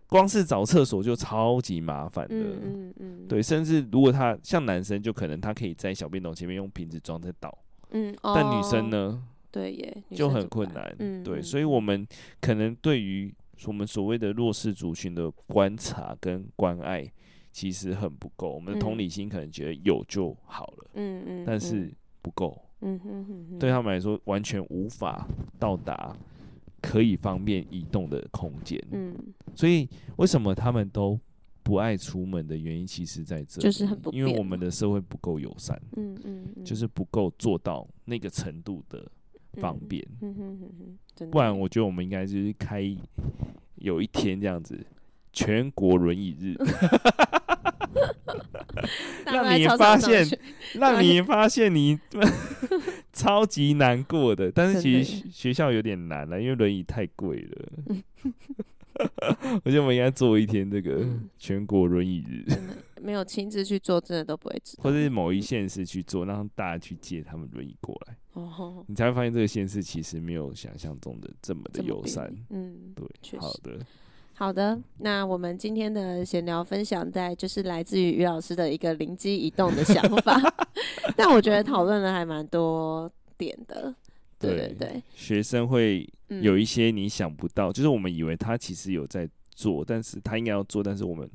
[SPEAKER 2] 光是找厕所就超级麻烦的。
[SPEAKER 1] 嗯嗯嗯，
[SPEAKER 2] 对，甚至如果他像男生，就可能他可以在小便桶前面用瓶子装着倒，
[SPEAKER 1] 嗯，
[SPEAKER 2] 但女生
[SPEAKER 1] 哦？
[SPEAKER 2] 呢
[SPEAKER 1] 对耶，女
[SPEAKER 2] 就
[SPEAKER 1] 生
[SPEAKER 2] 很
[SPEAKER 1] 怎么
[SPEAKER 2] 困
[SPEAKER 1] 办
[SPEAKER 2] 难。
[SPEAKER 1] 嗯，
[SPEAKER 2] 对，
[SPEAKER 1] 嗯
[SPEAKER 2] 所以我们可能对于我们所谓的弱势族群的观察跟关爱，其实很不够。我们的同
[SPEAKER 1] 嗯
[SPEAKER 2] 理心可能觉得有就好了，
[SPEAKER 1] 嗯嗯，
[SPEAKER 2] 但
[SPEAKER 1] 嗯
[SPEAKER 2] 是不够，
[SPEAKER 1] 嗯哼哼哼，
[SPEAKER 2] 对啊他们来说完全无法到达可以方便移动的空间。
[SPEAKER 1] 嗯，
[SPEAKER 2] 所以为什么他们都不爱出门的原因，其实在这里，
[SPEAKER 1] 就是很不
[SPEAKER 2] 因为
[SPEAKER 1] 便
[SPEAKER 2] 我们
[SPEAKER 1] 嘛
[SPEAKER 2] 的社会不够友善，
[SPEAKER 1] 嗯嗯嗯，
[SPEAKER 2] 就是不够做到那个程度的方便。
[SPEAKER 1] 嗯，嗯哼哼哼，真的
[SPEAKER 2] 不然，我觉得我们应该就是开有一天这样子。全国轮椅 日，
[SPEAKER 1] 大家
[SPEAKER 2] 让
[SPEAKER 1] 在
[SPEAKER 2] 你
[SPEAKER 1] 操
[SPEAKER 2] 发
[SPEAKER 1] 场上
[SPEAKER 2] 现
[SPEAKER 1] 去
[SPEAKER 2] 让你发现你 超级难过的，但是
[SPEAKER 1] 真的嗯
[SPEAKER 2] 其实学学校有点难了，因为轮椅太贵了。 我觉得我们应该做一天这个
[SPEAKER 1] 嗯
[SPEAKER 2] 全国轮椅日。
[SPEAKER 1] 没有亲自去做，真的都不会知道。
[SPEAKER 2] 或是某一县市去做，让大家去借他们轮椅过来，
[SPEAKER 1] 哦，
[SPEAKER 2] 你才会发现这个县市其实没有想象中的这么的
[SPEAKER 1] 这么
[SPEAKER 2] 友
[SPEAKER 1] 便
[SPEAKER 2] 善
[SPEAKER 1] 利。嗯，
[SPEAKER 2] 对，
[SPEAKER 1] 确
[SPEAKER 2] 好
[SPEAKER 1] 实
[SPEAKER 2] 的，
[SPEAKER 1] 好的，那我们今天的闲聊分享在就是来自于于老师的一个灵机一动的想 法，但我觉得讨论了还蛮多点的。对对
[SPEAKER 2] 对
[SPEAKER 1] 对，
[SPEAKER 2] 学生会
[SPEAKER 1] 嗯，
[SPEAKER 2] 有一些你想不到，就是我们以为他其实有在做，但是他应该要做，但是我们、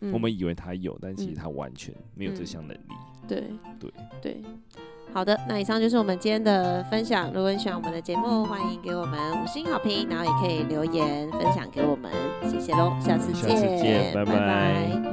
[SPEAKER 1] 嗯
[SPEAKER 2] 我们以为他有，但其实
[SPEAKER 1] 嗯
[SPEAKER 2] 他完全没有这
[SPEAKER 1] 嗯
[SPEAKER 2] 项能力。
[SPEAKER 1] 对
[SPEAKER 2] 对
[SPEAKER 1] 对。好的，那以上就是我们今天的分享。如果你喜欢我们的节目，欢迎给我们五星好评，然后也可以留言分享给我们，谢谢喽，下次
[SPEAKER 2] 下
[SPEAKER 1] 见，
[SPEAKER 2] 次见拜
[SPEAKER 1] 拜
[SPEAKER 2] 拜
[SPEAKER 1] 拜